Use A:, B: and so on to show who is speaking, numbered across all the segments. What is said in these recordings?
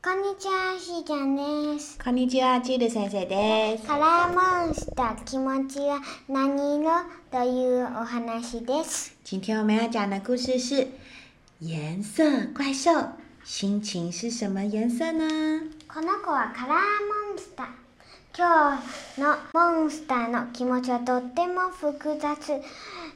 A: こんにちは、しーちゃんです。
B: こんにちは、チル先生です。
A: カラーモンスター気持ちは何色というお話です。
B: 今天我们要讲的故事是颜色怪兽，心情是什么颜色呢？
A: この子はカラーモンスター。今日のモンスターの気持ちはとっても複雑。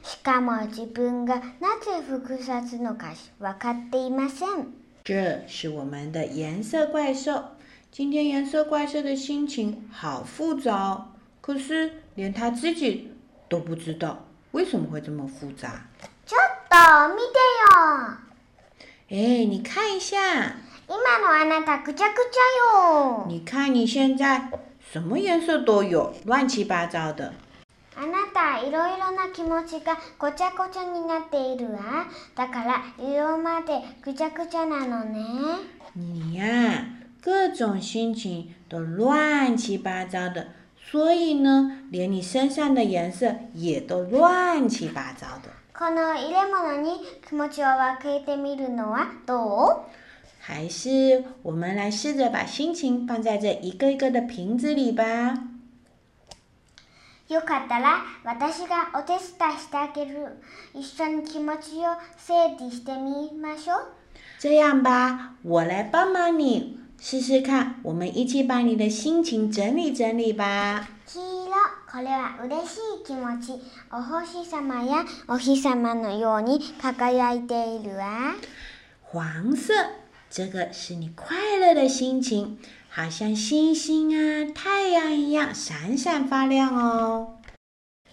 A: しかも自分がなぜ複雑のか分かっていません。
B: 这是我们的颜色怪兽。今天颜色怪兽的心情好复杂哦，可是连他自己都不知道为什么会这么复杂。
A: ちょっと見てよ
B: 哎，你看一下，
A: 今のあなたぐちゃぐちゃよ
B: 你看你现在什么颜色都有，乱七八糟的。
A: あなたいろいろな気持ちがごちゃごちゃになっているわだから色までぐちゃぐちゃなのね
B: 你呀、各种心情都乱七八糟的，所以呢，连你身上的颜色也都乱七八糟的。
A: この入れ物に気持ちを分けてみるのはどう
B: 还是我们来试着把心情放在这一个一个的瓶子里吧。
A: よかったら私がお手伝いしてあげる一緒に気持ちを整理してみましょう
B: 这样吧，我来帮忙你试试看，我们一起把你的心情整理整理吧。
A: 黄色これは嬉しい気持ちお星様やお日様のように輝いているわ
B: 黄色，这个是你快乐的心情，好像星星啊、太阳一样闪闪发亮哦。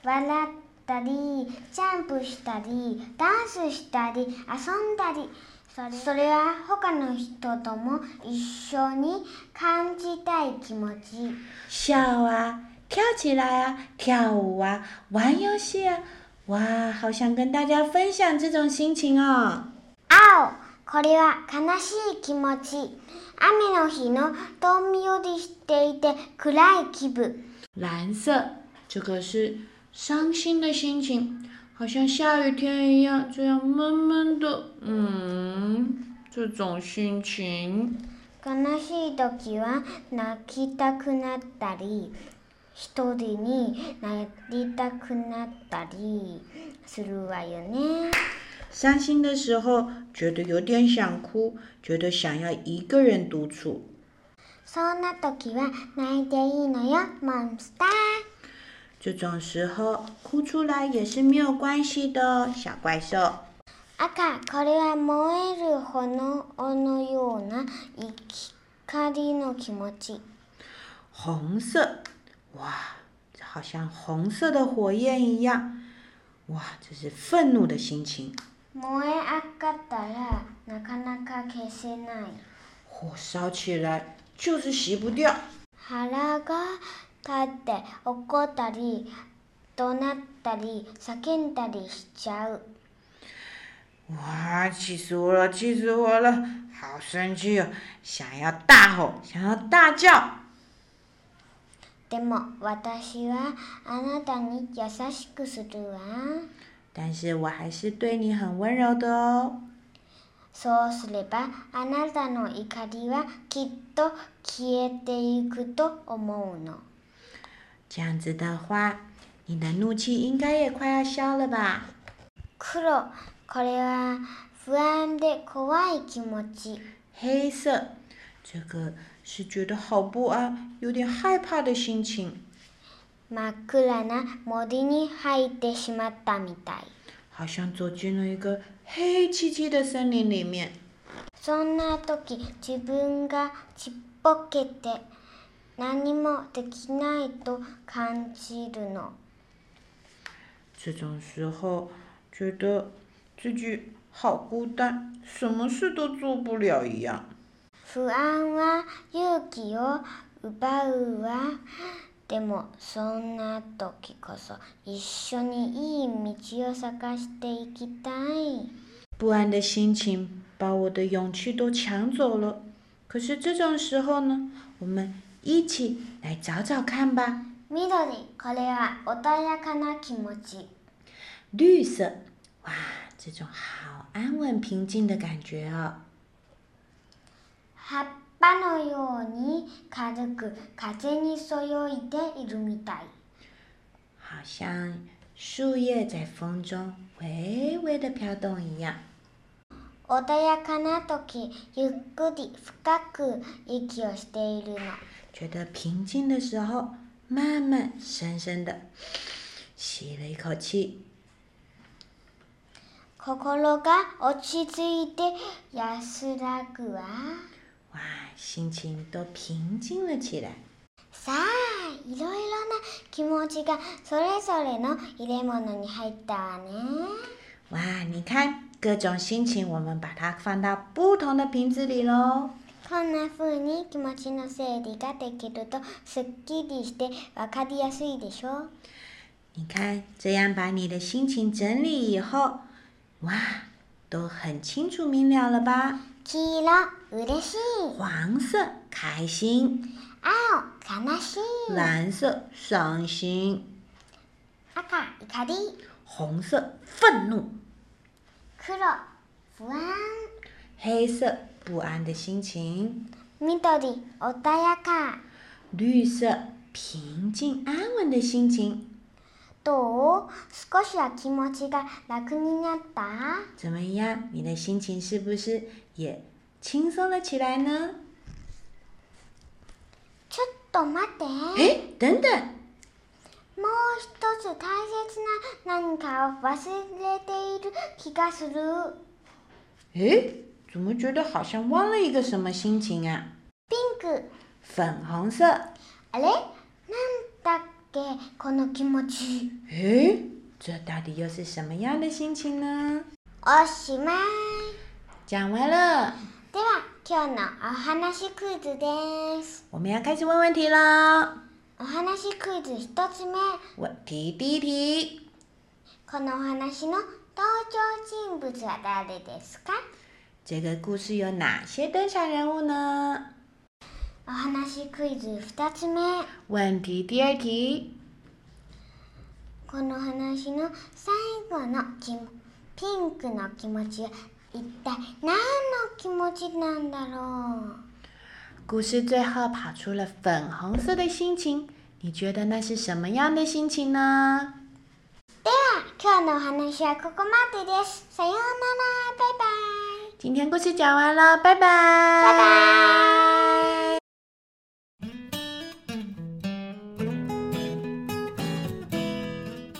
A: 笑ったりジャンプしたりダンスしたり遊んだりそれそれは他の人とも一緒に感じたい気持ち
B: 笑啊，跳起来啊，跳舞啊，玩游戏啊，哇，好想跟大家分享这种心情哦。
A: 青これは悲しい気持ち雨の日のどんよりしていて暗い気分
B: 蓝色，这个是伤心的心情，好像下雨天一样，这样闷闷的，嗯，这种心情。
A: 悲しい時は泣きたくなったり一人になりたくなったりするわよね。
B: 伤心的时候，觉得有点想哭，觉得想要一个人独处。
A: そんな時は泣いていいのよ、モンスター。
B: 这种时候哭出来也是没有关系的哦，小怪兽。
A: 赤、これは燃える炎のような光の気持ち。
B: 红色，哇，这好像红色的火焰一样，哇，这是愤怒的心情。
A: 燃え上がったらなかなか消せない。
B: 火烧起来就是洗不掉。
A: 腹が立って怒ったり、怒鳴ったり、叫んだりしちゃう。
B: 哇！气死我了！气死我了！好生气哦！想要大吼，想要大叫。
A: でも私はあなたに優しくするわ。
B: 但是我还是对你很温柔的哦。
A: そうすればあなたの怒りはきっと消えていくと思うの。
B: 这样子的话，你的怒气应该也快要消了吧？
A: 黒、これは不安で怖い気持ち。
B: 黑色，这个是觉得好不安，有点害怕的心情，
A: 真っ暗な森に入ってしまったみたい。
B: 好像走进了一个黑漆漆的森林里面。
A: そんな時自分がちっぽけて何もできないと感じるの。
B: 这种时候，觉得自己
C: 好孤单，什么事都做不了一样。
A: 不安は勇気を奪うわ。でもそんな時こそ一緒にいい道を探していきたい。
B: 不安的心情把我的勇气都抢走了。可是这种时候呢，我们一起来找找看吧。
A: 緑、これは穏やかな気持ち。
B: 绿色，哇，这种好安稳平静的感觉哦。
A: 葉っぱのように軽く風にそよいでいるみたい。
B: 好像树叶在风中微微的飘动一样。
A: 穏やかな時、ゆっくり深く息をしているの。
B: 觉得平静的时候，慢慢深深的吸了一口气，
A: 心が落ち着いて安らぐわ。
B: 哇，心情都平静了起来。
A: さあ、いろいろな気持ちがそれぞれの入れ物に入ったわね。
B: 哇，你看各种心情，我们把它放到不同的瓶子里喽。
A: こんな風に気持ちの整理ができるとすっきりしてわかりやすいでしょ
B: 你看，这样把你的心情整理以后，哇，都很清楚明了了吧？
A: 黄色、嬉しい。
B: 黄色开心，
A: 青、悲しい。
B: 蓝色伤心，
A: 赤、怒り。
B: 红色愤怒，
A: 黒、不安。
B: 黑色不安的心情，
A: 緑、穏やか。
B: 绿色平静安稳的心情，
A: どう少しは気持ちが楽になった
B: 怎么样？你的心情是不是也轻松了起来呢？
A: ちょっと待って。
B: 哎，等等，
A: もう一つ大切な何かを忘れている気がする。
B: 哎，怎么觉得好像忘了一个什么心情啊？
A: ピンク。
B: 粉红色。
A: あれなんだっけこの気持ち。
B: 诶，这到底又是什么样的心情呢？
A: おしまい。
B: 讲完了，
A: では、今日のお話クイズです。
B: 我们要开始问问题喽。
A: お話クイズ一つ目。
B: 问题第一题，
A: このお話の登場人物は誰ですか
B: 这个故事有哪些登场人物呢？
A: お話クイズ2つ目
B: 问题第二题，
A: このお話の最後のきもピンクの気持ちは一体何の気持ちなんだろ
B: 故事最后跑出了粉红色的心情，你觉得那是什么样的心情呢？
A: うでは今日のお話はここまでですさようならバイバイ
B: 今天故事讲完了，拜拜，拜拜。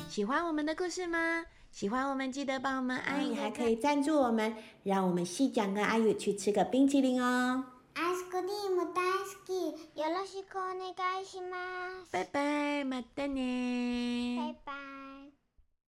B: 喜欢我们的故事吗？喜欢我们记得帮我们按一
D: 你
B: 个
D: 还可
B: 赞
D: 以赞助我们，让我们细讲跟阿宇去吃个冰淇淋哦。
A: アイスクリーム大好きよろしくお願いします
B: 拜拜，马丹呢？
A: バイバイ